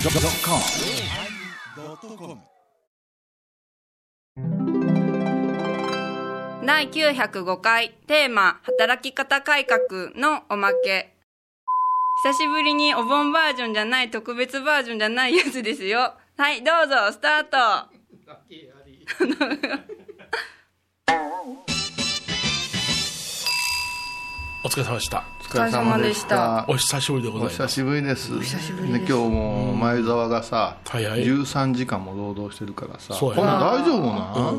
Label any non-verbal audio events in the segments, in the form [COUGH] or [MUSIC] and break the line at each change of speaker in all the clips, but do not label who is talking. YONNIRI.com
第905回テーマ「働き方改革」のおまけ久しぶりにお盆バージョンじゃない特別バージョンじゃないやつですよはいどうぞスタート
お疲れ様でした。
お疲れ様でした。
お久しぶりでご
お
ざいま
久
す。
しぶりです。ね今日もう前澤がさ、
はいはい
13時間も労働してるからさ、
そうや
こん
な
なん大丈夫な、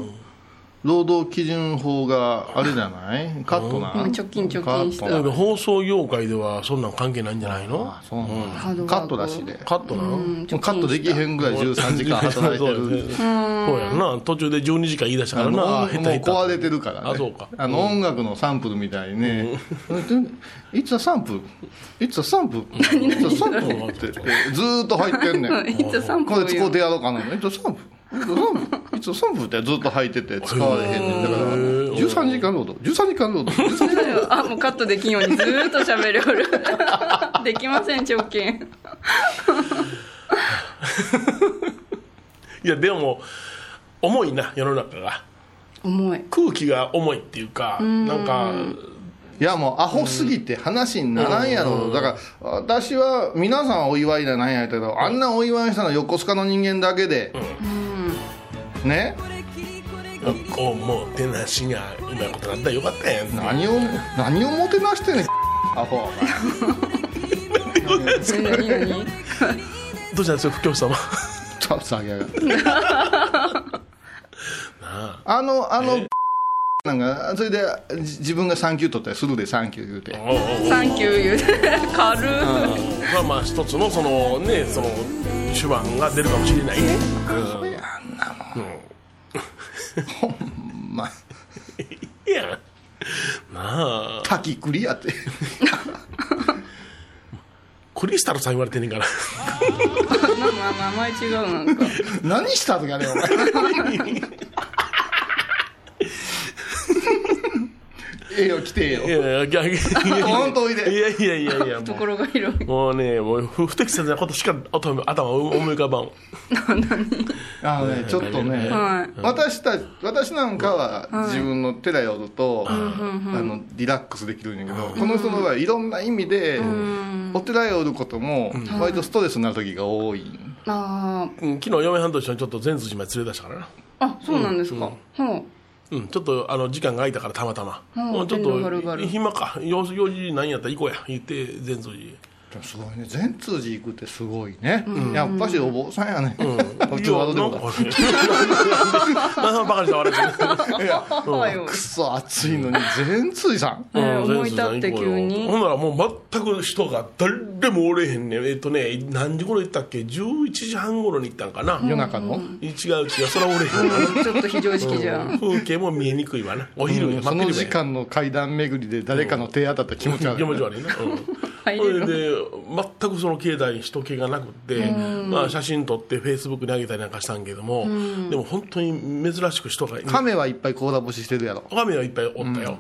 労働基準法があれじゃないカットな。
貯金貯
カ
金し
ッ
た
ト
だ
な
から放送業界ではそんなん関係ないんじゃないの
あそうなんだ
ードワーク
カットだしで。
カットなの、
もうカットできへんぐらい13時間働い
[LAUGHS]
て
そう
る。
ですねそうやんな途中で12時間言い出したか
あ
ら
のもう
な下手
壊れ
下手
てるからね
あそうか
あの音楽のサンプルみたいにね「いつはサンプルいつはサンプルいつはサンプル」ってずーっと入ってんね [LAUGHS] ん
いつ散歩
これ使
よ
うてやろうかな。えっと、3分。えっと、3分。いつも3分ってずっと履いてて使われへんねん。だから、13時間労働。13時間労働。13時間労働。
あもうカットできんようにずーっと喋りおる [LAUGHS] できません貯金
いやでも重いな世の中が
重い
空気が重いっていうかなんか
いや、もうアホすぎて話にならんやろ。だから、私は、皆さんはお祝いじゃないんやけど、あんなお祝いしたのは横須賀の人間だけで。ね
こうもう手なしがうまいことなったらよかったやんって
何を、何をもてなしてんねん、アホは。
何何
どうしたんですか不教師様な
ちょっと下げやが [LAUGHS] って。
あ
あの、あの、なんか、それで、じ自分が3級取ったりするで、3級言うて。
おうおうおう
サンキュー言うて軽い
まあまあ一つのそのねその手腕が出るかもしれないね
まあ、
いやなあ
滝クリアって。 [LAUGHS]
クリスタルさん言われてんねんから
まあまあまあ名前違うなんか
何したとかねお前 [LAUGHS] ええよ来て
い
えよ
やいや逆に
本当おいで
いやいやいやいやもう
心が広い
もうねもう不適切なことしか頭頭を思い浮かばん
あのねちょっとね
はい
私た私なんかは自分の手だよと、あのリラックスできるんやけど、この人の場合いろんな意味で、お寺へおることも割とストレスになる時が多い、
あー
うん昨日嫁はんと一緒にちょっと善辻まで連れ出したからな
あそうなんですか、ほう
うんちょっとあの時間が空いたからたまたま、
うん
もうちょっ
遠慮がるが
と
る
暇か用用事なんやったら行こうや言って善辻
でもすごいね善通寺行くってすごいね、やっぱしお坊さんやね、 [LAUGHS] 途中ワードでもだ
いやなんかなんかバカにした笑い
いや
怖いよ
くそ暑いのに善通寺さん
ねえ
うん
思い立って急に
ほんならもう全く人が誰もおれへんねんえっとね何時頃行ったっけ11時半頃に行ったんかな、
夜中の、
違う違うそれはおれへんわな
ちょっと非常識じゃん
風景も見えにくいわなお昼
うん
に
その時間の階段巡りで誰かの手当たったら気持ち悪い、
気持ち悪いな、うん
入
そ
れ
れ
る
で全くその境内に人気がなくって、まあ、写真撮ってフェイスブックに上げたりなんかしたんけども、でも本当に珍しく人がい
亀はいっぱい甲羅干ししてるやろ
女神はいっぱいおったよ、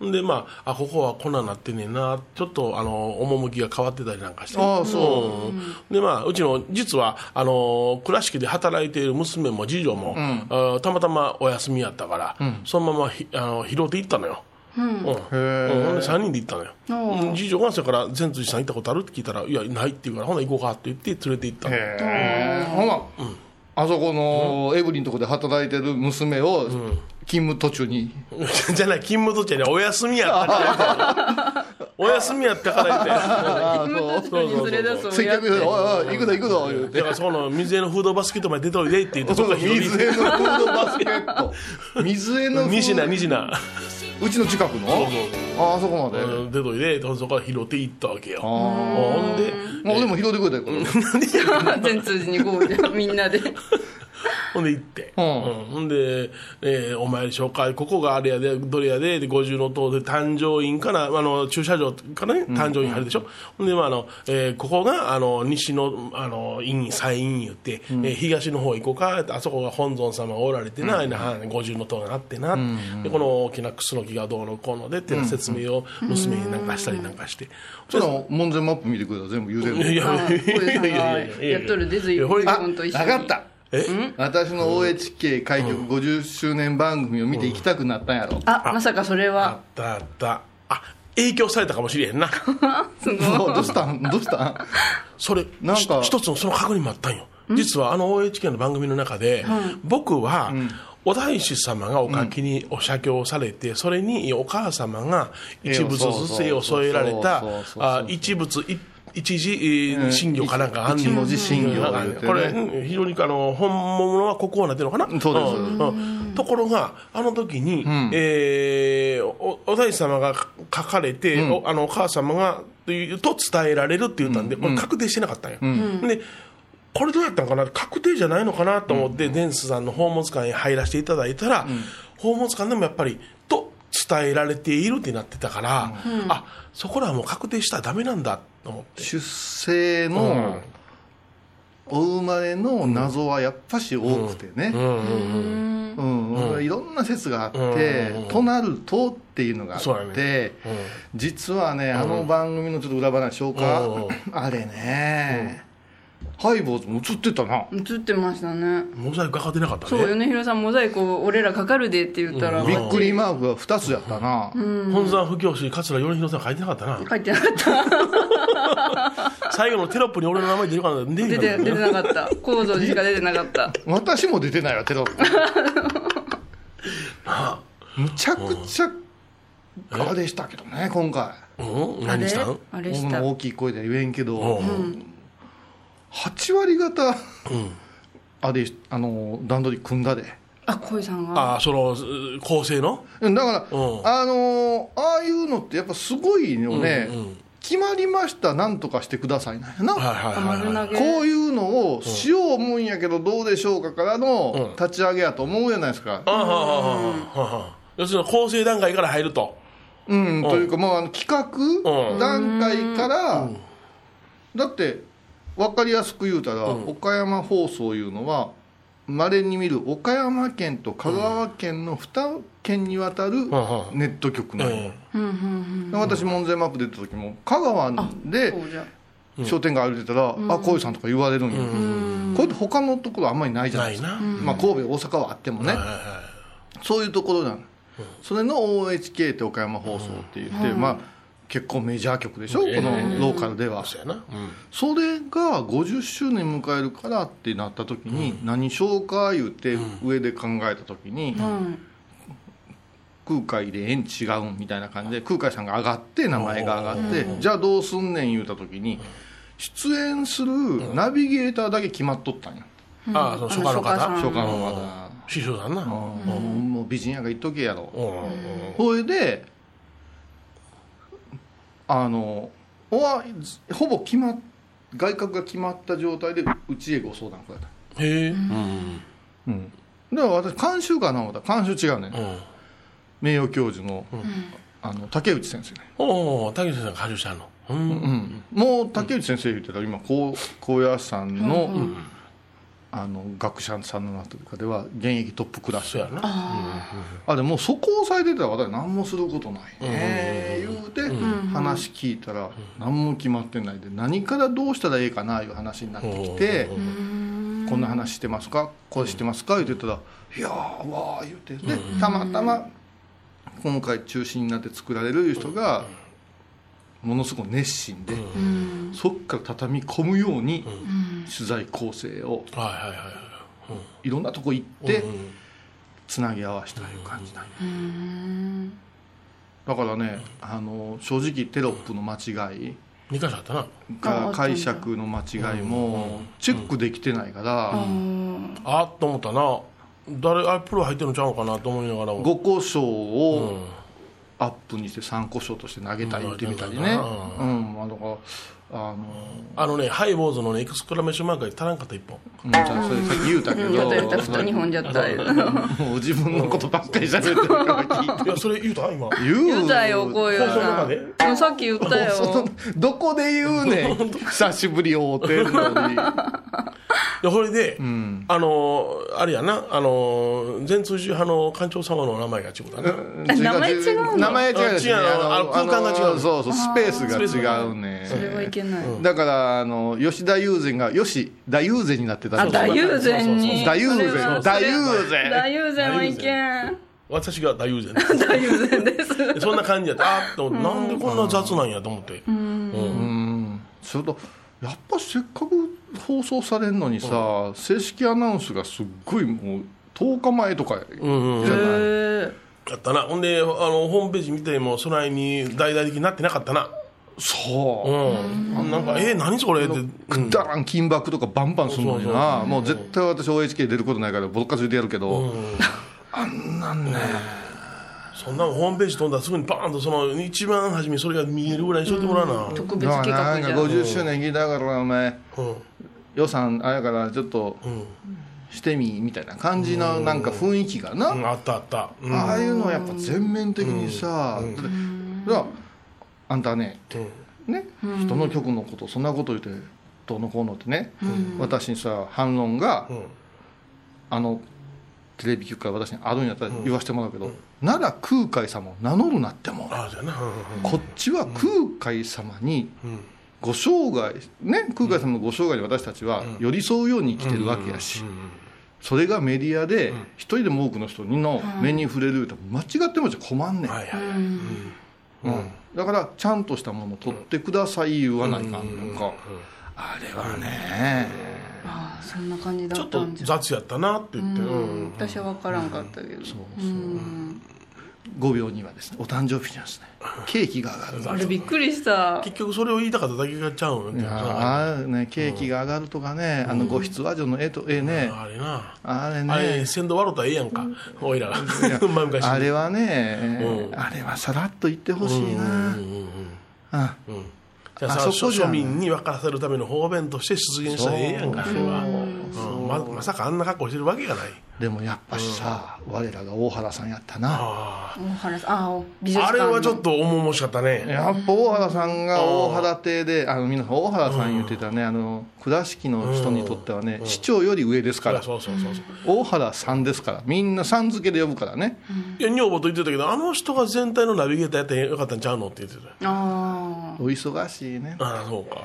うんでまああここはこんなんなってんねんなちょっとあの趣が変わってたりなんかして、
ああそう
ん、でまあうちの実はあの倉敷で働いている娘も次女も、あたまたまお休みやったから、そのままひあの拾って行ったのようんうん、3人で行ったのようん次女がそれから善通寺さん行ったことあるって聞いたら「いやない」って言うから「ほな行こうか」って言って連れて行ったの
へえほな、あそこのエブリンのとこで働いてる娘を勤務途中に、
[LAUGHS] じゃない勤務途中にお休みやった [LAUGHS] からお休みやったから言って
ああそ
確
う
かに連れ出そう
接
やっ
客
て
で「おいおい行くぞ行くぞ」言う
だ
て
からその水江のフードバスケットまで出といでって言ってそこから拾
[LAUGHS] 水
い
江のフードバスケット水江のフ
西名
ー
西名
うちの近くのああそこまで、
うん出といでそこから拾っていったわけよ
あ
ほ
あ
んで
もう俺も拾ってくれたよ、
全通じにこうじゃんみんなで
ほんで行って、
うん
ほんで、えーお前紹介、ここがあれやで、どれやで、で五重の塔で、誕生院から、あの、駐車場からね、誕生院入るでしょ。ほんで、まあ、あの、えーここが、あの、西の、あの、院、西院言って、えー東の方行こうか、あそこが本尊様がおられてな、あの五重の塔があってな、で、この大きなクスノキがどうのこうので、っていう説明を娘になんかしたりなんかして。
その門前マップ見てくれたら全部言うてるの
いや
はい
いやいやいやいやい
や
や
っとるデズイ
いやほい
ポケ
あ
モンと一緒
あ
に
分かった
え
私の OHK 開局50周年番組を見て行きたくなったんやろ、
あまさかそれ
あ
は
ったあった。あ、影響されたかもしれへ
[LAUGHS]
んな。
すごい
どうどうしたんどうしたん
それ、
なん
ひ
か
一つのその確認もあったんよ。実はあの OHK の番組の中で、僕は、お大師様がお書きにお写経をされて、それにお母様が一物ずつ絵を添えられた
そうそうそう、そう
あ一物い一時、えー信行かなんかがあんねん
一文字信行
があんねん
言うてね
これ、うん非常にあの本物は国王になってるのかな
そうです
んうんところが、あの時に、えーおお大師様が書かれて、おあのお母様がというと伝えられるって言ったんで、これ確定してなかったんよ。でこれどうやったのかな確定じゃないのかなと思って、デンスさんの宝物館へ入らせていただいたら、宝物館でもやっぱり、と伝えられているってなってたから、あそこらはもう確定したらダメなんだと思って。
出生のお生まれの謎はやっぱし多くてね、
うんうんうん
うんいろんな説があって、
うん
となるとっていうのがあって
そうや、ね
実はね、あの番組のちょっと裏話しようか、
うん
あれね、ハイボーズも映ってたな、
映ってましたね
モザイクかかってなかったね。
そう米広さんモザイクを俺らかかるでって言ったら
うん
びっくりマークが2つやったな、
本山布教師、桂頼弘さん書いてなかったな。
書いてなかった
最後のテロップに俺の名前出るから出
出
てきた
て出
んだ
て
よね
なかった構造にしか出てなかった
私も出てないわテ
[LAUGHS]
ロップ
あ
むちゃくちゃあれしたけどね今回
うん
あ
何
れ
したん
あれした
大きい声では言えんけど、
うん
8割方
うん
あれあの段取り組んだで
あ恋さんが
ああ、その、う構成の
だから、
うん
あのああいうのってやっぱすごいよね、
うんうん
決まりましたなんとかしてくださいなんやな、
はいはいはいはい。
丸投げ
こういうのをしよう思うんやけどどうでしょうかから
うん
の立ち上げやと思うじゃないですか
あ、はあはあはあはあはあ要するに構成段階から入ると。
うん、というか、まああの、企
うん
画段階から、だって分かりやすく言うたら、岡山放送いうのはまれに見る岡山県と香川県の2県にわたる
は
ネット局なの、
え
うんうんうん
私門前マップ出た時も香川で
そうじゃ
商店街歩いてたら「あこういうさん」とか言われるんよ、こうやって他のところあんまりない
え
じゃない
な
で
い
す
な。
か、まあ、神戸大阪はあってもね、
はいはいはい
そういうところなの、それの OHK って岡山放送って言って、まあ、結構メジャー局でしょ、
うん
このローカルでは、
そうやな。うん
それが50周年迎えるからってなった時に、何しようか言って上で考えた時に、
うん
空海で縁違うんみたいな感じで空海さんが上がって名前が上がって、じゃあどうすんねん言うた時に出演するナビゲーターだけ決まっとったんや、
ああ、その
あの
初夏の方
初夏さん
初夏の方
師匠さんな。うん
もう美人やが言っとけやろ、
うん
それであのおわほぼ決まっ外角が決まった状態でうちへご相談くれた
へえ。うん
だから私監修かな思ったら監修違うね、
うん。
名誉教授の,、あの竹内先生ね、
おお、竹内さんが監修したの。うん。
うんもう竹内先生言ってたら今こう高野さんの,、あの学者さんの中とかでは現役トップクラス
そうやな。
あでもうそこを抑えてたら私何もすることないね言うて話聞いたら何も決まってないで何からどうしたらええかないう話になってきて「こんな話してますかこれしてますか?」言ってたら「いやーわー」言うてでたまたま今回中心になって作られるいう人がものすごく熱心でそっから畳み込むように取材構成を
はいはいはいはい。
いろんなとこ行って
うん
つなぎ合わせたいう感じなんや。
うん
だからね、あの正直テロップの間違い
二箇所あったな。
が解釈の間違いもチェックできてないから、
あっと思ったな誰あれプロ入ってるのちゃうのかなと思いながらも
ご故障をアップにして参考書として投げたり打ってみたりね、
う
うん、あのあの、
あのね、ハイボーズのね、エクスクラメーションマークが足らんかった一本。
うん、じゃあそれさっき言うたけど、
やったやった、ふた日本じゃったよ。
もう自分のことばっかり喋ってるから聞い
い
て
や、それ言うた今。
言う
言うたよ、こういう
[LAUGHS]
放送の中で
な。さっき言った
そ
よ
の。どこで言う
[LAUGHS]
ねん久しぶり会うてんのに、
で、それで、
ん
あのー、あれやな、あのー、全通寺派の館長様のお名前が違うだな。
名前違うの
名前違うですね
違うあの空間が違う
あのそうそうスペースが違うね
それはいけない。
だからあの吉田友禅が吉田友禅になってた
あ、
んです
大
よ
友禅に。
大友
それは
禅大
大
友禅
友禅はいけん。
私が大友禅。
大友禅です。
でそんな感じやった。あーって思って、なんでこんな雑なんやと思って。うん
うんそれとやっぱせっかく放送されるのにさ正式アナウンスがすっごいもう10日前とか
うんうん
じゃ
へ
ない
ー
やったな。ほんで、あの、ホームページ見ても、そないに大々的になってなかったな。
そう
うん。なんか、えー、何それって。うん
くだらん金箔とかバンバンするのに
そう
なもう絶対私 OHK 出ることないからボロカス言うてやるけど
そんなのホームページ飛んだらすぐにバーンとその一番初めにそれが見えるぐらいにしといてもらうな、
特別
だ
企
から
画
なん
じ
か
ゃん。
50周年聞いたからお前
うん
予算あれやからちょっと
うん
してみみたいな感じのなんか雰囲気がな
うんあったあった、うん
ああいうのはやっぱ全面的にさ、だってだからあんたね
うん
ね、人の曲のことそんなこと言ってどうのこうのってね、私にさ反論が、
ん
あのテレビ局から私にあるんやったら言わせてもらうけど、なら空海様を名乗るなっても、
ああじゃあな、う
こっちは空海様に
んうん
ご生涯ね空海様のご生涯に私たちは寄り添うように生きてるわけやし、それがメディアで一人でも多くの人の目に触れると間違ってもじゃ困んねん、
はいはいはい、
うんだからちゃんとしたもの取ってください言わないかんなんかあれはね
あーそんな感じだ
ちょっ
った
と
んじゃん。
雑やったなって言って、うん
私は分からんかったけど。うん
5秒にはですねお誕生日にはですねケーキが上がる
あれびっくりした。
結局それを言いたかっただけがちゃうん
い
や
や
な
ああねケーキが上がるとかねあの五筆和女の絵と絵ね
あれな
あれ
あれ
ね
先導笑ったらええやんか、おいらが [LAUGHS] 前昔に
あれはね
うん
あれはさらっと言ってほしい
うん
な
うんうん
あ
うんじゃあ
あ
さ
そこじゃ
庶民に分からせるための方便として出現したらええやんかあれは、うんままさかあんな格好してるわけがない
でもやっぱしさ我らが大原さんやったな
あ
大原さん、あー、美術
あ
館の。
れはちょっと重々しかったね
やっぱ大原さんが大原邸で、あの皆さん、大原さん言ってたね、あの倉敷の人にとってはね、市長より上ですから、
そうそうそうそう
大原さんですから、みんなさん付けで呼ぶからね、
いや女房と言ってたけどあの人が全体のナビゲーターやったらよかったんちゃうのって言ってた
あ
お忙しいね、
ああそうか、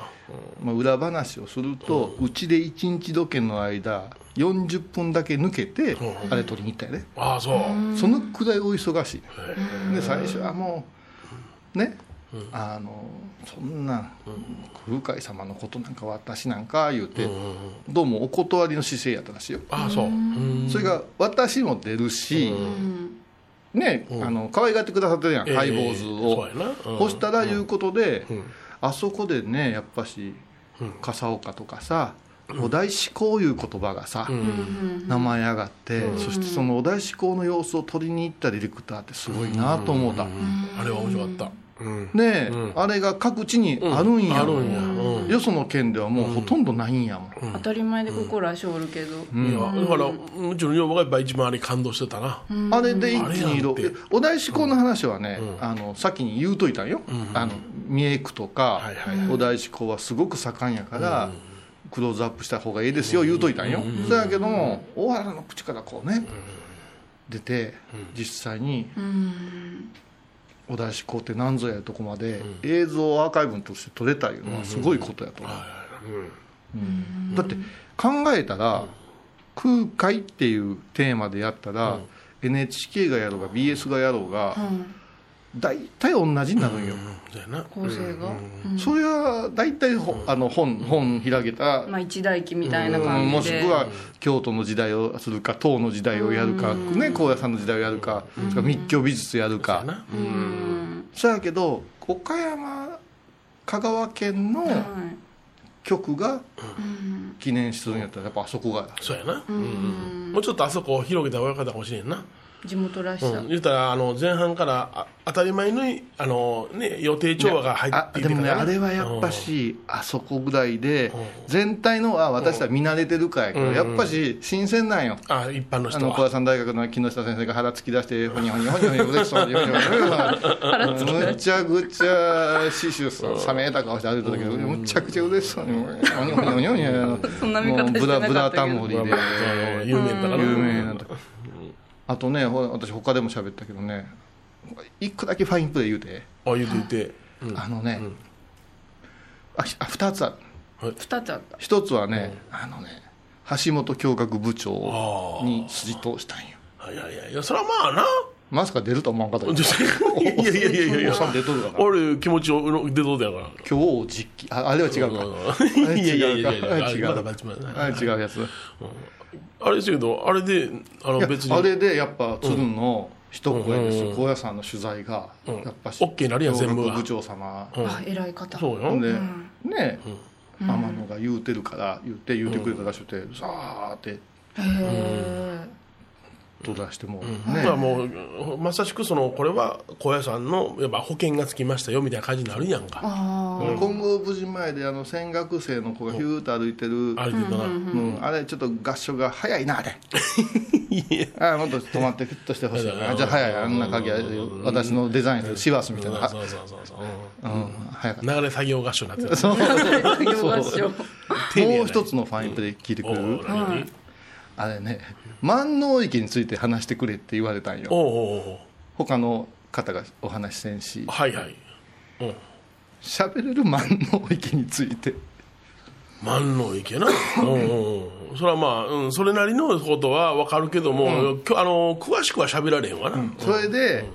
まあ、裏話をすると、うちで1日ロケの間、40分だけ抜けて、あれ取りに行ったよね、
ああそう、
そのくらいお忙しい、で最初はもう、ね、あのそんな、空海様のことなんか、私なんか言うて、どうもお断りの姿勢やったらしいよ。
ああそううん
それが私も出るし、ね、あの可愛がってくださってるやん、ハイボーズを。
そうやな、うん
そしたらいうことで、あそこでね、やっぱし、笠岡とかさ、お大志向いう言葉がさ、名前上がって、そしてそのお大志向の様子を取りに行ったディレクターってすごいなと思った、
あれは面白かった、うん
ね、あれが各地にあるんや
あるんや、うん
よその県ではもうほとんどないんやもん、
あ、当たり前でここら足おるけど。
いやだからもちろん女房がやっぱ一番あれ感動してたな、
あれで一気に色
あれやんて
お大志向の話はね、あの先に言うといたんよ、あの三重区とか、
はいはいは
お大志向はすごく盛んやから、クローズアップした方がいいですよ、言うといたんよ、そやけども、大原の口からこうね、出て実際に、お大志向って何ぞやいうとこまで、映像アーカイブとして撮れたいうのはすごいことやと思う、うんだって考えたら、空海っていうテーマでやったら、NHK がやろうが BS がやろうが、大体同じになるんよ、
そうやな
構成が。
それは大体ほあの本本開けたら、
まあ、一代記みたいな
うんも
感じ
し
で。
くは京都の時代をするか唐の時代をやるか、ね、高野山の時代をやるか、それから密教美術やるか、
な
うん。
そうやけど岡山香川県の
はい。
局が記念するんやったらやっぱあそこが
そうやな、うんもうちょっとあそこを広げた方がよかったかもしれんな
地元らしさ、
うん言ったらあの前半からあ当たり前のいあの、ね、予定調和が入
あ
ってい
で
て
もね
から
あれはやっぱしあそこぐらいで全体のは私は見慣れてるかやけどやっぱし新鮮なんよ
あ一般の
あ
人
の
は
小田さん大学の木下先生が腹突き出してほにゃほにゃほにゃほにゃ嬉しそうにほにゃほにゃほにゃほにゃむちゃぐちゃ死守さ冷めた顔して歩いてたけどむちゃくちゃ嬉しそうにほにゃほにゃほにゃほにゃほにゃ
そんな見方
もう
してな
ブ
かったけど
ラブラタモリ
ま
で
あまあ有名だから、
有名なとこあとねほら私他でも喋ったけどね一個だけファインプレー言うて
あ言うていて、うん
あのねあひあ二つある
二つあった
一つはねあのね橋本教学部長に筋通したんよ
いやいやいやそれはまあ
[LAUGHS]
な
まさか出ると思わんかったけ
[LAUGHS]
ど
いやいやいやいやいや
おっさん出とるわな
俺気持ちを出とうだから
今日実機ああれは違うか
いやいやいやいや
違う
まだまだまだ
あれ違うやつ
あれですけどあれであの
いや
別に
あれでやっぱ鶴の一声ですよ高野山の取材がやっぱし
オッケーなるやん全部が
部長様
あ偉い方
そう
ほ
よ
んでね天野が言うてるから言って言うてくれたらしくてさーって
へえ
と出してもう
だ
ね
からもうまさしくそのこれは小屋さんのやっぱ保険がつきましたよみたいな感じになるやんか
ああ
金剛無事前であの専学生の子がヒューッと歩いてる
あれでだから
うんあれちょっと合唱が早いな [LAUGHS] あれあもっと止まってフィットしてほしいなあじゃあ早いあんな鍵は私のデザインするシワスみたいな
そうそうそうそう
うん早かっ
流れ作業合唱になって
た
る
[LAUGHS] そう
作 [LAUGHS] 業合唱
丁寧やね
もう一つのファインプレー聞いてく
お
れる
う何
あれね万能池について話してくれって言われたんよ
おうおうおう
他の方がお話しせんし
はいはいうん
喋れる万能池について
万能池な、うんうんうん、それはまあ、うん、それなりのことは分かるけども、きょあの詳しくは喋られへんわな、
それで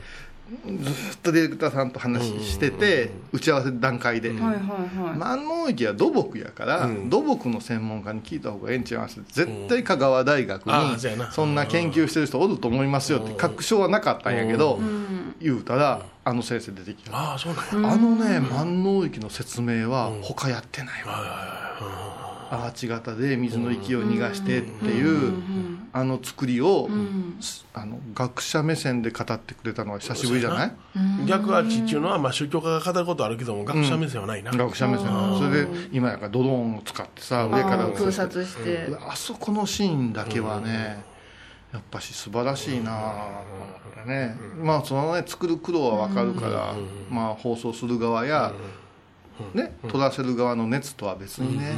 ずっとディレクターさんと話してて打ち合わせ段階で
はいはいはい
万能駅は土木やから、土木の専門家に聞いた方がええんちゃいます絶対香川大学
ああそうや
に
な
そんな研究してる人おると思いますよって確証はなかったんやけど、言うたらあの先生出てきた、
ああそうなんや
あのね万能駅の説明は他やってないわ、アーチ型で水の勢いを逃がしてっていう、あの作りを、すあの学者目線で語ってくれたのは久しぶりじゃない
逆アーチっていうのは、まあ、宗教家が語ることはあるけども学者目線はないな、
学者目線それで今やからドローンを使ってさ上から
あー空撮して
あそこのシーンだけはね、やっぱし素晴らしいなあこれね、まあそのね作る苦労はわかるから、まあ放送する側や、ね撮らせる側の熱とは別にね、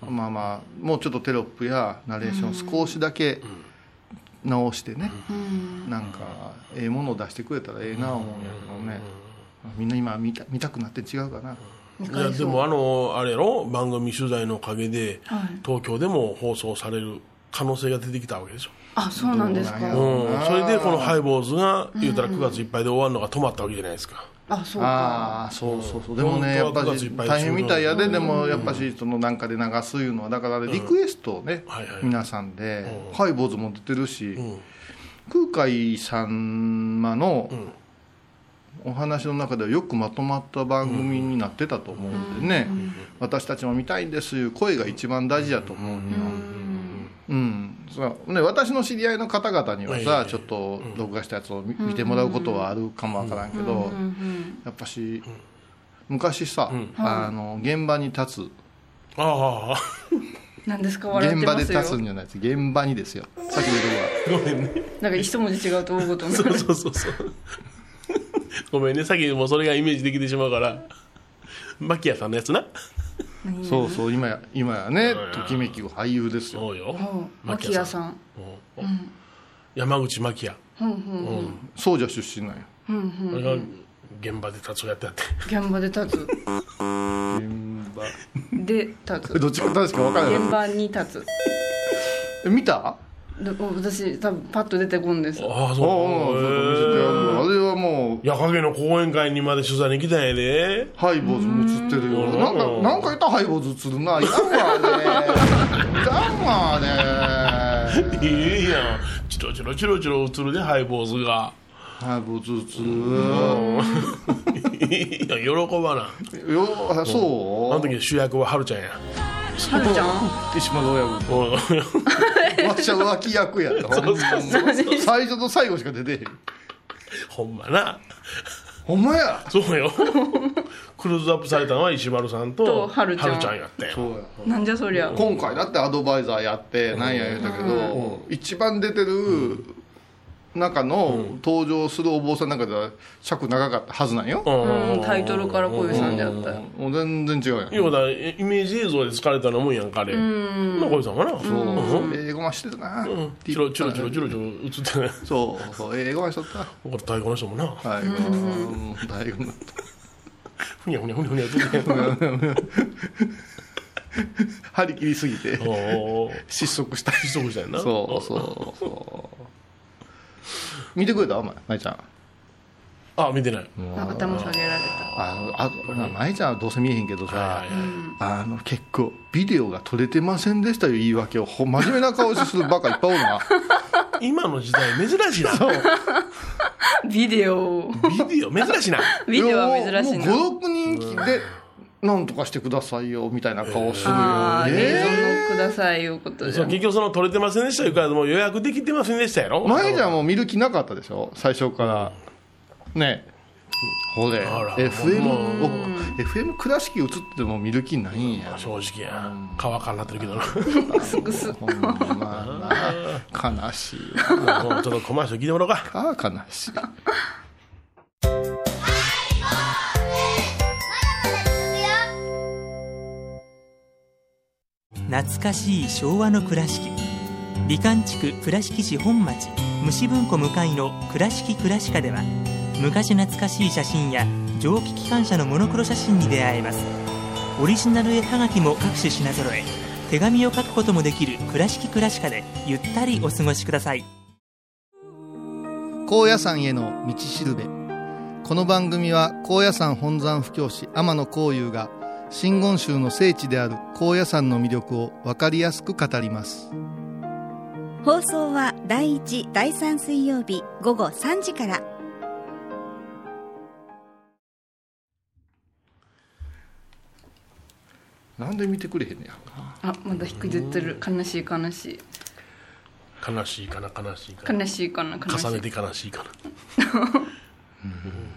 まあまあもうちょっとテロップやナレーション少しだけ直してね、なんかええものを出してくれたらええなあ思うんやけどね、みんな今見た見たくなって違うかな、
見
いや
返
で
そう
もあのあれやろ番組取材のおかげで、
はい
東京でも放送される可能性が出てきたわけでしょ、
あそうなんですか
ど
うんそれでこのハイボーズが言うたら9月いっぱいで終わるのが止まったわけじゃないですか、
あそうか
ああそうそうそうでもねやっ
本当
ぱ
は9月い
り
っぱい
大変みたいやででもやっぱしそのなんかで流すいうのはだからあれリクエストをね
はいはい
皆さんで「ハイボーズ」も出てるし空海様のお話の中ではよくまとまった番組になってたと思うんでね私たちも見たいんですいう声が一番大事だと思うんよ。うんそうね、私の知り合いの方々には
えええ
さ
え
ちょっと録画したやつを見見てもらうことはあるかもわからんけどやっぱし昔さあの現場に立つ
ああ
なんですか笑っ
現
て
場
ま
です
よ
立つんじゃないです現場にですよさっきのとこは
なんか一文字違うと大ご
[LAUGHS]
とにな
そう
る
[LAUGHS] そうそうそう。ごめんね、さっきもうそれがイメージできてしまうから。マキヤさんのやつな。
そうそう今や今やねときめき俳優ですよ
そうよ。
マキヤさん
山口マキヤ。
総社出身なんや
俺が現場で達夫やってやって。
現場で立つ
現場
で立つ
どっちが正しく分から
現
ない
場に立つ
え見た
で私多分パッと出てこんです
ああ、
ああそうそう見せて
そう。
あれはもう
矢影の講演会にまで取材に来たんやで。
ハイボーズも映ってるよ。
うん
なんか、なんか言ったらハイボーズ映るな。いらんわね。いらんわね。
いいやん。チロチロチロチロ映るで、ハイボーズが。
ハイボーズ
いや、喜ばな。
映る。よ、あ
あの
そう
時主役はハルちゃんや。
はるちゃん
石丸親分。
うん
わっしゃ浮気役やったほんまに最初と最後しか出てへん
ほんまな。
ほんまや
そうよ。クルーズアップされたのは石丸さん
と
と、
はるちゃん
はやって。
そうや
なんじゃそりゃ。
今回だってアドバイザーやってなんや言うたけど、一番出てる中の登場するお坊さんの中では尺長かったはずなんよ、
うん、タイトルからこういうさんじゃったよ。
もう全然違うやん
要はだからイメージ映像で疲れたのもんやんかあれうん小さんかなそう
そう英語ましてたな、
うんチロチロチロチロチロ映ってね
そうそう英語ましとった
これ太鼓の人もな
はい、うん、大学の
ふにゃふにゃふにゃふにゃずっとね
張り切りすぎて
おお
失速した
失速したよな
そうそうそう見てくれたお前舞ちゃん
あ見てない
あ頭下げられた。
ああまあ舞ちゃんはどうせ見えへんけどさ、
はいはい
あの結構ビデオが撮れてませんでしたよ言い訳をほ真面目な顔するバカいっぱいおるな
今の時代珍しいな
ビデオ。
ビデオ珍しいな
ビデオは珍しいな。
56人でなんとかしてくださいよみたいな顔するよ
ああ、
ね
映像のくださいいうことじ
[LAUGHS] そ
ゃ。
うん結局その取れてませんでしたいうからもう予約できてませんでしたやろ
前じゃもう見る気なかったでしょ最初からねほれ
あら
FM
も
お FM 倉敷映ってても見る気ないんや
正直や川からなってるけどな
すぐす。
ほんまな悲しい
もうちょっとコマーシャル聞いてもらおうか
わああ悲しい
懐かしい昭和の倉敷美観地区倉敷市本町虫文庫向かいの「倉敷倉歯科」では昔懐かしい写真や蒸気機関車のモノクロ写真に出会えますオリジナル絵はがきも各種品揃え手紙を書くこともできる「倉敷倉歯科」でゆったりお過ごしください
高野山への道しるべこの番組は高野山本山布教師天野幸雄が真言宗の聖地である高野山の魅力を分かりやすく語ります
放送は第1第3水曜日午後3時から
なんで見てくれへんねや
あ、まだ引きずってる。悲しい悲しい。
悲しいかな悲しいかな
悲しいかな悲しい。
重ねて悲しいかな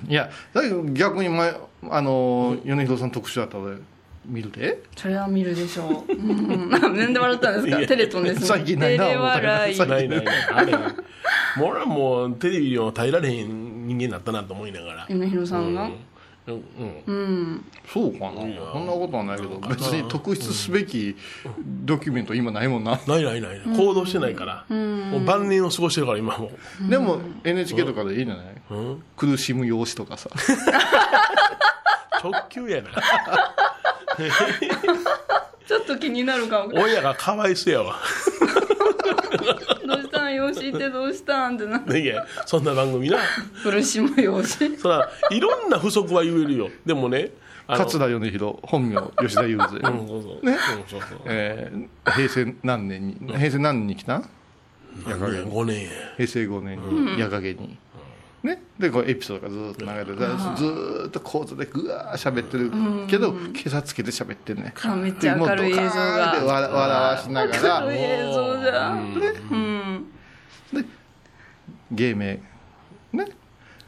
い
やだけど逆に前あの米広さん特集だったら俺見るで
それは見るでしょう。うん、 [LAUGHS] なんで笑ったんですか。テレトンですね。
最近ないな
テレ笑い。
思った
ないないないあれもう俺はもうテレビを耐えられへん人間になったなと思いながら
今ひろさんが。
うん、うん
そうかなそんなことはないけど別に特筆すべきドキュメント今ないもんな、
ないないない行動してないから、もう晩年を過ごしてるから今も
でも NHK とかでいいんじゃない、苦しむ様子とかさ
直球やな [LAUGHS]
ちょっと気になる顔。ど
親がかわいそうやわ [LAUGHS]
うしたん養子ってどうしたんってな。
いやそんな番組な
苦しむ養子。
そらいろんな不足は言えるよでもねあの
桂米広本名吉田裕
う
二、
んそうそう、ね、そうそうそう
えー平成何年に平成何年に来た
5年や
平成5年に矢陰に、ね、でこうエピソードがずーっと流れててずーっと構図でぐわー喋ってるけど警察つけて喋ってんね
あめっちゃ明るい映像
もうドカーンって
が。
笑笑わしながら
明るい映像じゃん。うん。
芸名ね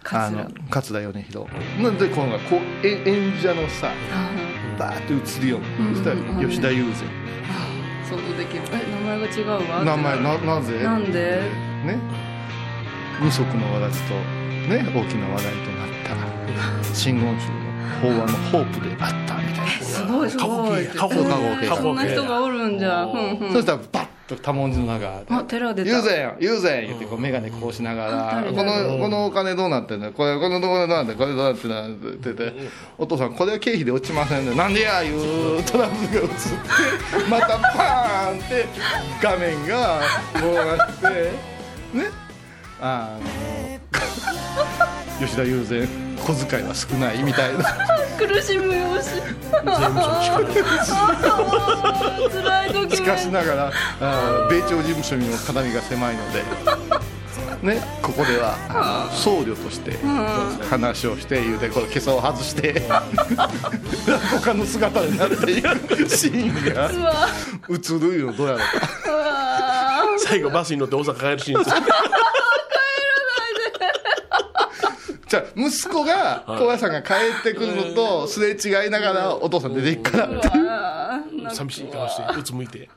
あ
桂
の桂米広なんでこのこうえ演者のさバーッて映るようにそしたら吉田裕
想像できる。え、名前が違うわ。
二名前ななぜ
なんで
ね二足のわらじとね大きな話題と
[LAUGHS]
なった真言宗の法話のホープであったみたいな
すごいす
過去
ごい。
形や過去
去
形
形
過
そ
去
んな
形
人が
や
おるんじゃ。ふんふ
そ
ん。
したらバッと多文字の中で
あ、寺出
友
た。
禅友禅言ってこう眼鏡こうしながら
う
「
ん
このこのお金どうなってんのこれこのお金どうなってんのこれどうなってんの?」って言ってて「お父さんこれは経費で落ちませんねなんでや」いうトラブルが映ってまたパーンって画面がこうなってねあの [LAUGHS] 吉田友禅小遣いは少ないみたいな
苦しむよし。辛い時
しかしながらあー米朝事務所にも肩身が狭いので。ね、ここではあの僧侶として話をして言うてこの袈裟を外して他の姿になっていくシーンが
うわ。
映るいうのどうやろうか
うわ。
最後バスに乗って大阪帰るシーンですよ
じゃあ息子が高野さんが帰ってくるのとすれ違いながらお父さん出ていくからって
寂しい顔してうつむいて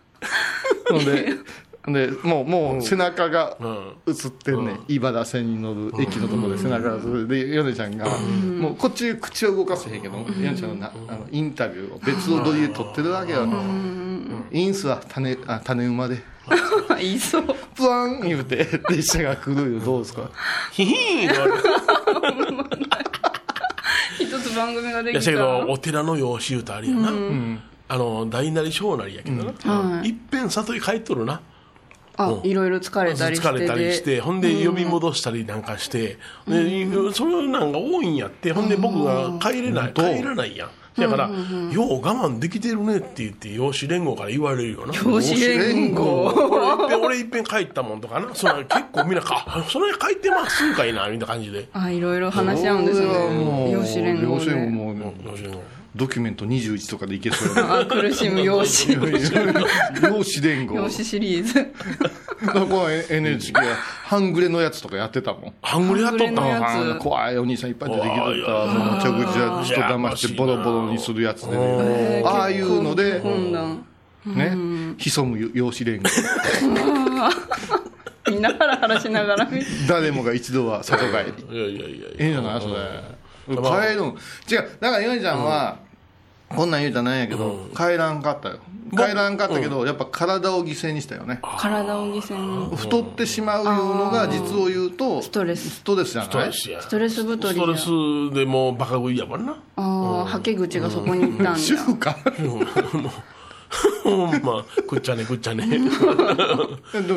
ので。でもうもう背中が映ってんね、ん、茨線に乗る駅のところで背中が映るで米ちゃんが、もうこっち口を動かせへんけど、米ちゃんのなあのインタビューを別の鳥で撮ってるわけよ、インスは種あ種馬で
言いそう
プワン言
[LAUGHS]
うて列車が来るよどうですか
ヒヒーンって言われる
[LAUGHS] 一つ番組がで
いや
きた
せやけど
ら
お寺の養子歌あるやな、あの大なり小なりやけどな、いっぺん里に帰っとるな
あいろいろ疲れたりして
疲れたりして、
で
ほんで呼び戻したりなんかして、でそういうなんが多いんやって、ほんで僕が帰れない、帰らないやん。だから、よう我慢できてるねって言って、養子連合から言われるよな。
養子連合
俺いっぺん俺いっぺん帰ったもんとかな、そんな結構みんなか、あそれ帰ってますんかいな、みたいな感じで。
あいろいろ話し合うんです
これはも
ね
う
養子連合
養子連
で
合もう
養子連合。
ドキュメント21とかでいけそ
[LAUGHS]
うやな
あ苦しむ養子 [LAUGHS]
漁師連合
養子シリーズ
この NHK は半グレのやつとかやってたもん
ハングリやっとったのか
半グレのやつ。
な
怖いお兄さんいっぱい出てきとっ
あ
たその着地は人騙してボロボロにするやつでねああいうので
今度
ね潜む養子 [LAUGHS] 連合
みんなハラハラしながら見て
誰もが一度は里帰り
いやいやいやいや。
ええんじゃないそれ帰るん違うだからヨネちゃんは、こんなん言うたらなんやけど、帰らんかったよ帰らんかったけど、やっぱ体を犠牲にしたよね
体を犠牲に
太ってしまうのが実を言うとス
トレス
ストレスじゃない
ストレスや。
ストレス太
ス
り
ト
や
レスでもうバカ食いやもんな。
ああはけ口がそこに行ったん
[LAUGHS] 主
だ
婦か
[LAUGHS] ほんま、食っちゃね食っちゃね。
でも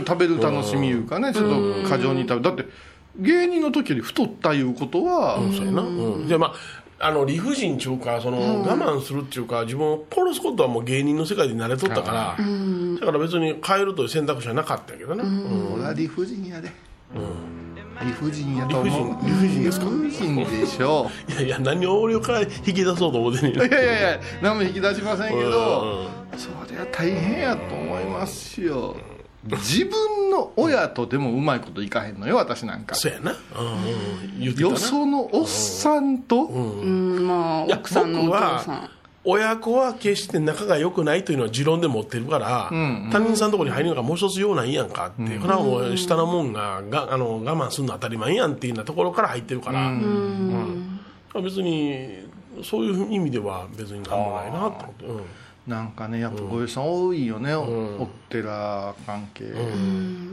食べる楽しみいうかねちょっと過剰に食べだって芸人の時より太ったいうことは、
そうやな、うん、じゃあまああの理不尽ちゅうかその、我慢するっていうか自分を殺すことはもう芸人の世界で慣れとったから、だから別に変えるという選択肢はなかったけどね、うん
俺は理不尽やで、理不尽やと
理不
思う
尽理不尽ですか
理不尽でしょ
いやいや何を俺から引き出そうと思ってんねん
う [LAUGHS] いやいやいや何も引き出しませんけ
うん
どそりゃ大変やと思いますよ自分の親とでもうまいこといかへんのよ私なんか
そうやな、うんうん、言ってた
よ
な
そのおっさんと
うんまあ
いや
奥さんのお父
僕
さ
は
ん
親子は決して仲が良くないというのは持論で持ってるから、他人さんのところに入るのがもう一つ用なんやんかって、これはもう下のもんががあの我慢するの当たり前やんっていうようなところから入ってるから、うん別にそういう意味では別に何もないなと思って、うん
なんかねやっぱご一緒多いよね、おお寺関係、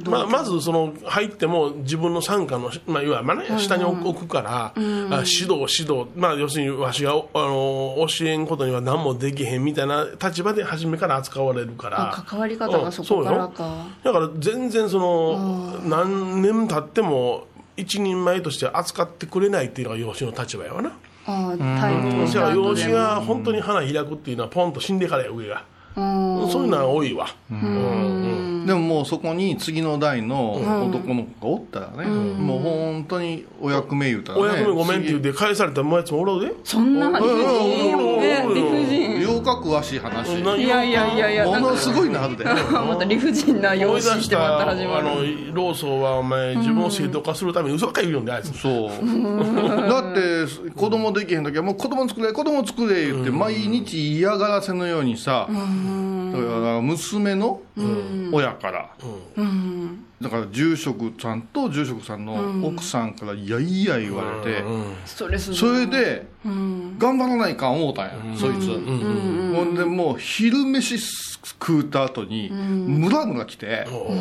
まあ、まずその入っても自分の傘下の、まあ、いわゆる、ね、下に置くから、あ指導、指導、まあ、要するにわしがおあの教えんことには何もできへんみたいな立場で初めから扱われるから
あ関わり方がそこからか
うんそうよだから全然その何年経っても一人前として扱ってくれないっていうのが養子の立場やわな、
ああタイ
う
ム
ん、
ス
せや
タ
から
ート
養
で
子
も
が本当に花開くっていうのはポンと死んでからや上が、そういうのは多いわ、うんうん
でももうそこに次の代の男の子がおったらね、もう本当にお役目言うたらね
お役目ごめんって言って返されたやつもおろうで
そんな理不
うん
尽え理不
次
尽
ようか詳しい話
そんない
やいやいやいやな
も
んか
のすごいなるで
また理不尽な
思
容
い出
姿し
して
また
たあ
始まる
の老僧はお前自分を正当化するために嘘ばっかり言うよんであいつ
そうだって子供できへん時はもう子供作れ子供作れ言って毎日嫌がらせのようにさだから娘の親からだから住職さんと住職さんの奥さんからいやいや言われて、
ストレス
それで、頑張らないかん思うたんや、そいつ、ほんでもう昼飯食うた後にムラムラ来て、
う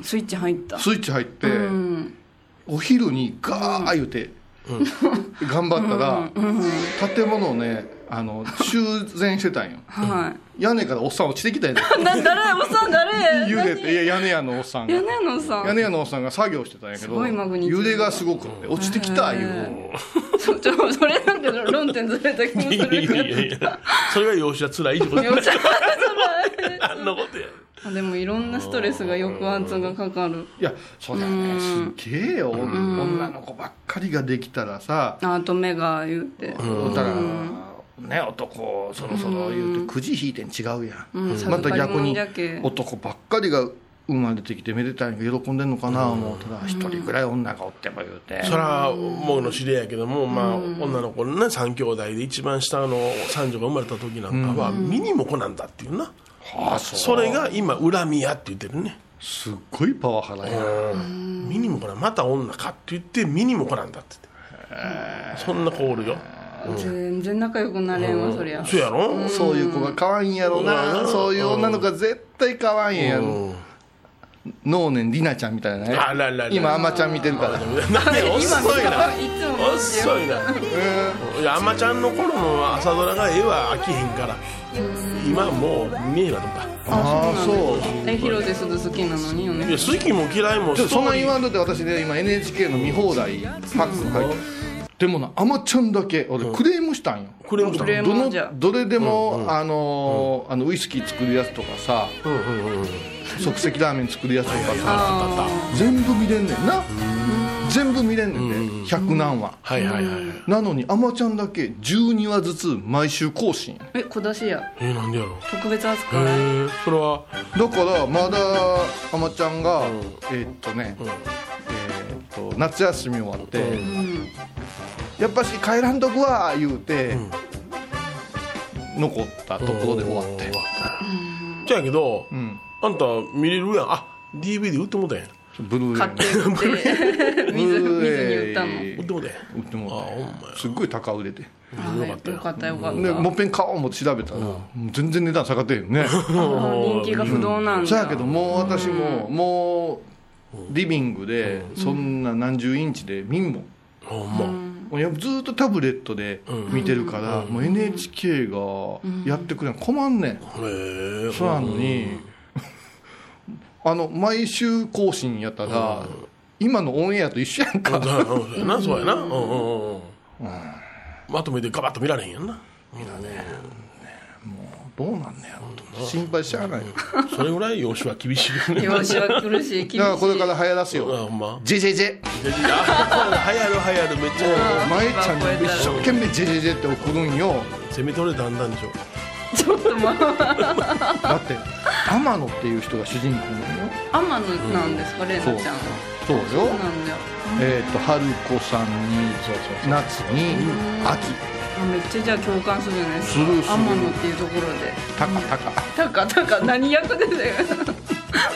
んスイッチ入った
スイッチ入って、お昼にガー言うて、頑張ったら、建物をねあの修繕してたんよ
は
屋根からおっさん落ちてきた
[LAUGHS]
んや
いな誰おっさん誰
揺れていや屋根屋のおっさんが
屋根のさ
屋
ん
根屋のおっさんが作業してたんやけど
ごいマグニチュー
揺
ド
れがすごくって落ちてきたいう
ちょちょそれなんか論点ずれた気もす
いや
る
い
け
や
ど
いやそれが養子はつらいってこと
[LAUGHS]
や
容赦
あんなことや
あでもいろんなストレスが抑圧がかかる
いやそうだよねすげえよ女の子ばっかりができたらさ
あと目が言って
おったらね男そろそろ言うてくじ引いてん違うやん
ん
また逆に
サブカルもんじゃけ
男ばっかりが生まれてきてめでたいのが喜んでんのかな思うたら一人ぐらい女がおってば言うて
そら僕の知り合いやけども、まあ、女の子のね3兄弟で一番下の三女が生まれた時なんかは、ミニも子なんだっていうな
はあそ
そ
う
れが今恨みやって言ってるね
すっごいパワハラや
ミニも子なんまた女かって言ってミニも子なんだって言ってそんな子おるよ
全然仲良くなれんわ、そりゃ。
そうやろ
そういう子が可愛いんやろなそういう女の子が絶対可愛いんやろ能年りなちゃんみたいなね
あららら
今あまちゃん見てるから
なんで遅いな
今見たいつも見てる
遅いないやあまちゃんの頃の朝ドラが絵は飽きへんから今もう見えへんなと思っ
ああそう
え、広瀬すず好きなのによ
たいや
ね。
好きも嫌いも
でもそんな
ストー
言
リー
わんとって私ね今 NHK の見放題パック入ってでもなあまちゃんだけ俺クレームしたんよ
クレームした
クレーム
どの
じゃ
どれでもあのーあのウイスキー作るやつとかさ即席ラーメン作るやつとかさ全部見れんねんな全部見れんねんね100何話
はいはいはいはい
なのにあまちゃんだけ12話ずつ毎週更新
え、小出しや。
えなんでやろう
特別扱
へ
い。
えそれは
だからまだあまちゃんがえーっとねえーっと夏休み終わってやっぱし帰らんとくわ言うて、残ったところで終わって、
じゃやけど
ん
あんた見れるやんあ DVD 売ってもうたやん
ブルーレイ
買ってって、水、
ブル
水
ー
に
レ
売
イ
ったの。
売ってもうたやん
売ってもらって
あほんまや
すっごい高売れて
はいよかったよかった。
でもっぺん買おう思って調べたら、もう全然値段下がってへん [LAUGHS] ね
あー人気が不動なんだ。
そやけどもう私も、もうリビングでそんな何十インチで見んもん
ほんま
もうやっぱずーっとタブレットで見てるから、もう NHK がやってくれん困んねん、
へえ
そうなのに、あの毎週更新やったら、今のオンエアと一緒やんか、
そうやなそうやなうんうんうんうんまとめてガバッと見られへんやんな
どうなんねやろと心配しちゃあないよだ
それぐらい養子は厳しいよね
よしは苦しい、厳しい。
からこれから流行らす
あ
よ
ほんま
ジェジェジェ
いやいやあ [LAUGHS] 流行る流行るめっちゃ
まえちゃんに一生懸命ジェジェジェって送るんよ
攻め取れたんだんでしょ
ちょっとまあ、
だって天野っていう人が主人公なんよ
天野なんですか、玲奈ちゃんは。
そうよ
なんだよ。
えっ、と春子さんに夏に秋
あめっちゃじゃあ共感するね。
するする
天野っていうところで。
タカタカ
たかたか何役ですよ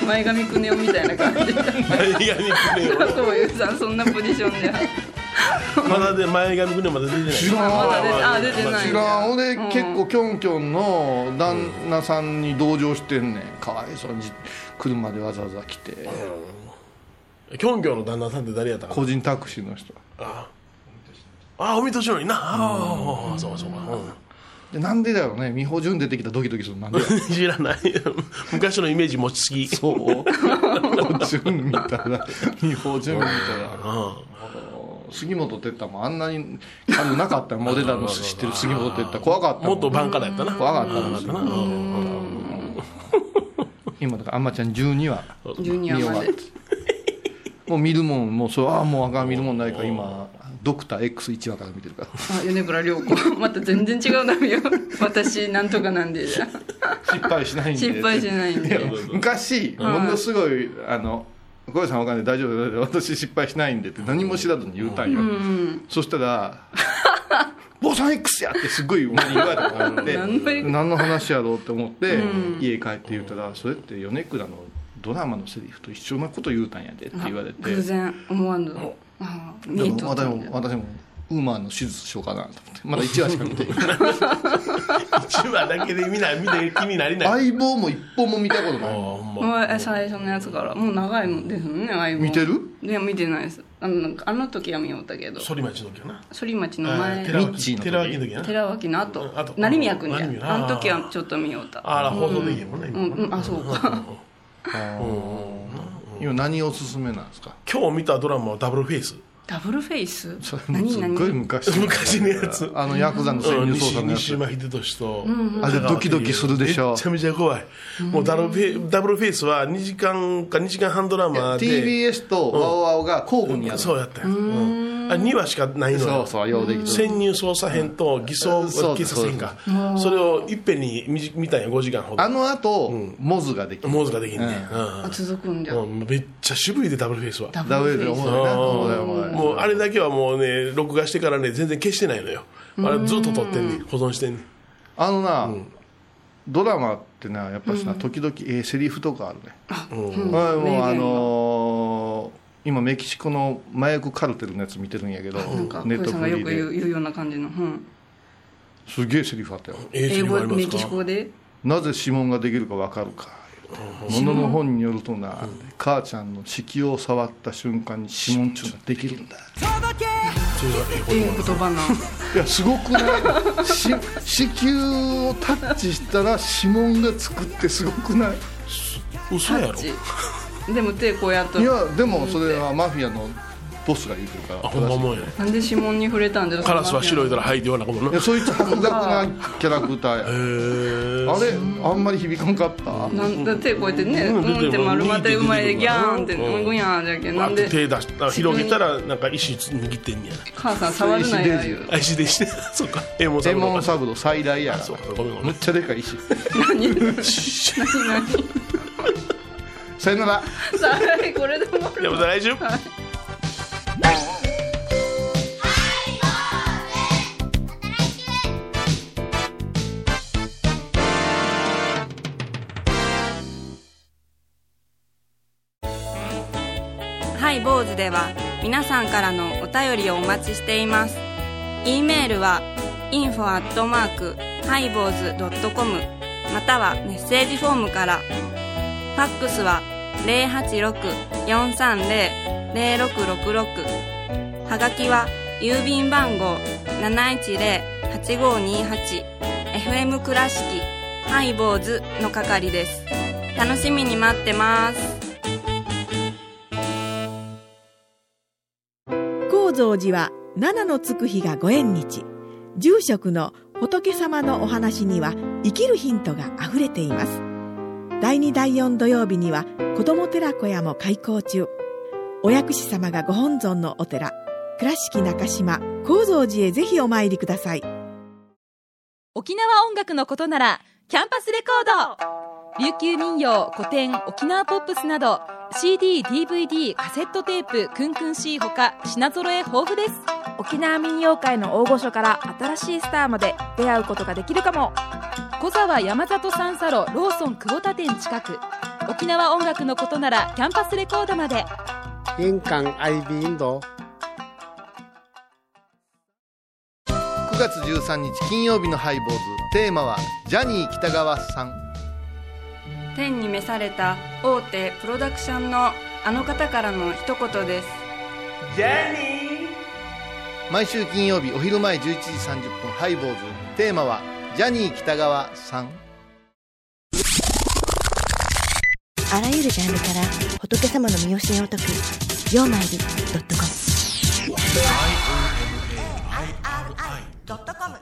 前髪くねおみたいな感じで
前髪くね
佐藤優さんそんなポジションで
よまだで前髪くねまだ出てない
知らん
まだ出てあ出てない
違う俺、結構キョンキョンの旦那さんに同情してんねんかわいそうに車でわざわざ来て
キョンキョンの旦那さんって誰やったか
個人タクシーの人
ああ海年寄りなああそうかそうかう
でなんでだろうね美穂潤出てきたらドキドキするのなんで [LAUGHS]
ん知らない昔のイメージ持ちすぎ
そう潤見たら美穂潤見たら杉本哲太もあんなに髪なかったモデラの知ってる杉本哲太怖かったもん
元バンカだったな
怖かったんですよ今だからあんまちゃん12話
ジュニア
見
ま
終わっ
で
てもう見るもんもうそうああもうあかん見るもんないから今ドクター X1 話から見てるから
あ米倉涼子 [LAUGHS] また全然違うなみよ私なんとかなんで
失敗しないんで
失敗しないんで
や昔ものすごいあの小林さんわかんない大丈夫大丈夫私失敗しないんでって何も知らずに言うたんよ、そしたら [LAUGHS] 「坊さん X や!」ってすごい俺に言われたことがあって
何の言い方
何の話やろうって思って、家帰って言うたら「それって米倉のドラマのセリフと一緒のこと言うたんやで」って言われて
偶然思わぬあ
で
ミー
も
ト
私も私もウーマンの手術しようかなと思ってまだ1話しか見てない
一話だけで見ない見て気になりない
相棒も一本も見たことない
ほんま
もうえ最初のやつからもう長いもんですもんね相棒
見てる
いや見てないですあのなんかあの時は見よったけど
反町の時やな
反町の
えー
前
寺
ミッチー
脇
の時
寺脇の時やな
寺脇の後
うん後
成宮君じゃ
成宮
んあの時はちょっと見よった
あら放送できへんもんね
うん
今
うん、あそうか
今何おすすめなんですか
今日見たドラマはダブルフェイス
ダブルフェイス
それも
何
すっごい
何
昔
昔のやつ
あのヤクザの潜
うん
入
西
捜査のや
西
つ
島秀俊と、
あれドキドキするでしょ
めちゃめちゃ怖い、もうダブルフェダブルフェイスは2時間か2時間半ドラマで
TBS とワオワオが交互にやる
そうやったんやうん2話しかないの
そ
よ
うそうようできてる
潜入捜査編と偽装
そう
警察編かそれをいっぺんに見見たんや5時間ほ
あ
ど
のあと、
ん
モズができる
モーズができんね
う
あ続くんじゃ
うんうんめっちゃ渋いでダブルフェイスは
ダブルでおもろいなおもろいおもろい
もうあれだけはもうね録画してからね全然消してないのよあれずっと撮ってんねん保存してんねん
あのな、ドラマってなやっぱしな、時々ええセリフとかあるねはいもうあのー今メキシコの麻薬カルテルのやつ見てるんやけど
なんか
ネッ
小
ト
井さん
フ
がよ
リー
く言う
で
言うような感じの、うん、
すげえセリフあったよ
ええ
英
次も
語
ありま
メ
す
キシ
か
コで
なぜ指紋ができるかわかるかものの本によるとな、母ちゃんの子宮を触った瞬間に指紋っていうのができるんだ
いい言葉ない
やすごくないし [LAUGHS] 子宮をタッチしたら指紋がつくってすごくない
嘘やろ
でも手こうやっと
いやでもそれはマフィアのボスが言うてるから
あほんまもんや
なんで指紋に触れたんだろう
カラスは白いからはいって言わなあかんもん
い
な
や
へ
そういった白濁なキャラクターや
え
あれあんまり響かんかった
なんだ手こうやってね
う
うんんって丸まって生まれてギャーンって
うん
うんぐやんじゃけん
バ
な
ー
ん
って
で
手出した広げたらなんか石握ってんねや
母さん触るな
石デ
よ
ジ
言う
あ石でして [LAUGHS] そうかえもう
天文サブロ最大や
そう
な
かごめんごめ
めっ
ん
ちゃでかいし
何何
さよなら
さあこれで終わる
山田来週
ハイボーズでは皆さんからのお便りをお待ちしています。e メールは info アットマークハイボーズドットコムまたはメッセージフォームから。ファックスは086-430-0666はがきは郵便番号710-8528 FM 倉敷ハイボーズの係です。楽しみに待ってます。
高蔵寺は七のつく日がご縁日住職の仏様のお話には生きるヒントがあふれています第2第4土曜日には子ども寺小屋も開校中お薬師様がご本尊のお寺倉敷中島・高蔵寺へぜひお参りください
沖縄音楽のことならキャンパスレコード琉球民謡古典沖縄ポップスなど CDDVD カセットテープクンクン C ほか品揃え豊富です
沖縄民謡界の大御所から新しいスターまで出会うことができるかも
小沢山里三佐路ローソン久保田店近く沖縄音楽のことならキャンパスレコードまで
印港 IB 印度
9月13日金曜日のハイボーズテーマはジャニー北川さん
天に召された大手プロダクションのあの方からの一言です
毎週金曜日お昼前11時30分ハイボーズテーマはジャニー北川さん
あらゆるジャンルから仏様の身教えを解く「曜マイルドットコム」「ドットコム」